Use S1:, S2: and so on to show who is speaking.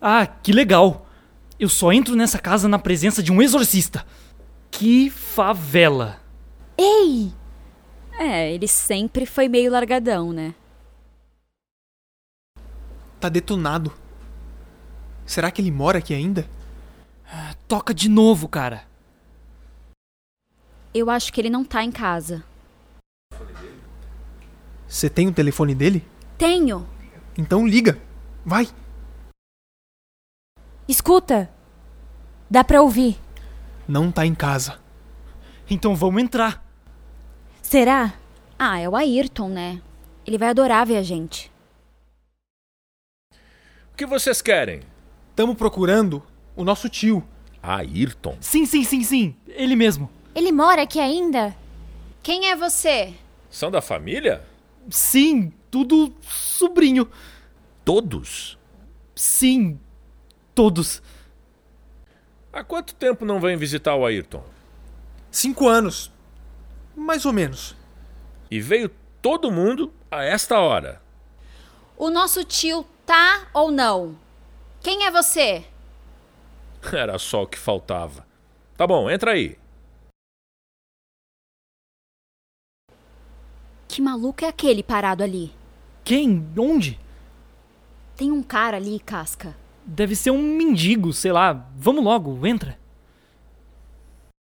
S1: Ah, que legal! Eu só entro nessa casa na presença de um exorcista. Que favela!
S2: Ei! É, ele sempre foi meio largadão, né?
S3: Tá detonado. Será que ele mora aqui ainda?
S1: Ah, Toca de novo, cara.
S2: Eu acho que ele não tá em casa.
S3: Você tem o telefone dele?
S2: Tenho!
S3: Então liga. Vai.
S4: Escuta! Dá pra ouvir.
S3: Não tá em casa.
S1: Então vamos entrar.
S4: Será?
S2: Ah, é o Ayrton, né? Ele vai adorar ver a gente.
S5: O que vocês querem?
S3: Tamo procurando o nosso tio.
S5: Ayrton?
S1: Sim, sim, sim, sim. Ele mesmo.
S4: Ele mora aqui ainda?
S2: Quem é você?
S5: São da família?
S1: Sim, tudo sobrinho.
S5: Todos?
S1: Sim, todos.
S5: Há quanto tempo não vem visitar o Ayrton?
S3: Cinco anos. Mais ou menos.
S5: E veio todo mundo a esta hora.
S2: O nosso tio tá ou não? Quem é você?
S5: Era só o que faltava. Tá bom, entra aí.
S2: Que maluco é aquele parado ali?
S1: Quem? Onde?
S2: Tem um cara ali, casca.
S1: Deve ser um mendigo, sei lá. Vamos logo, entra.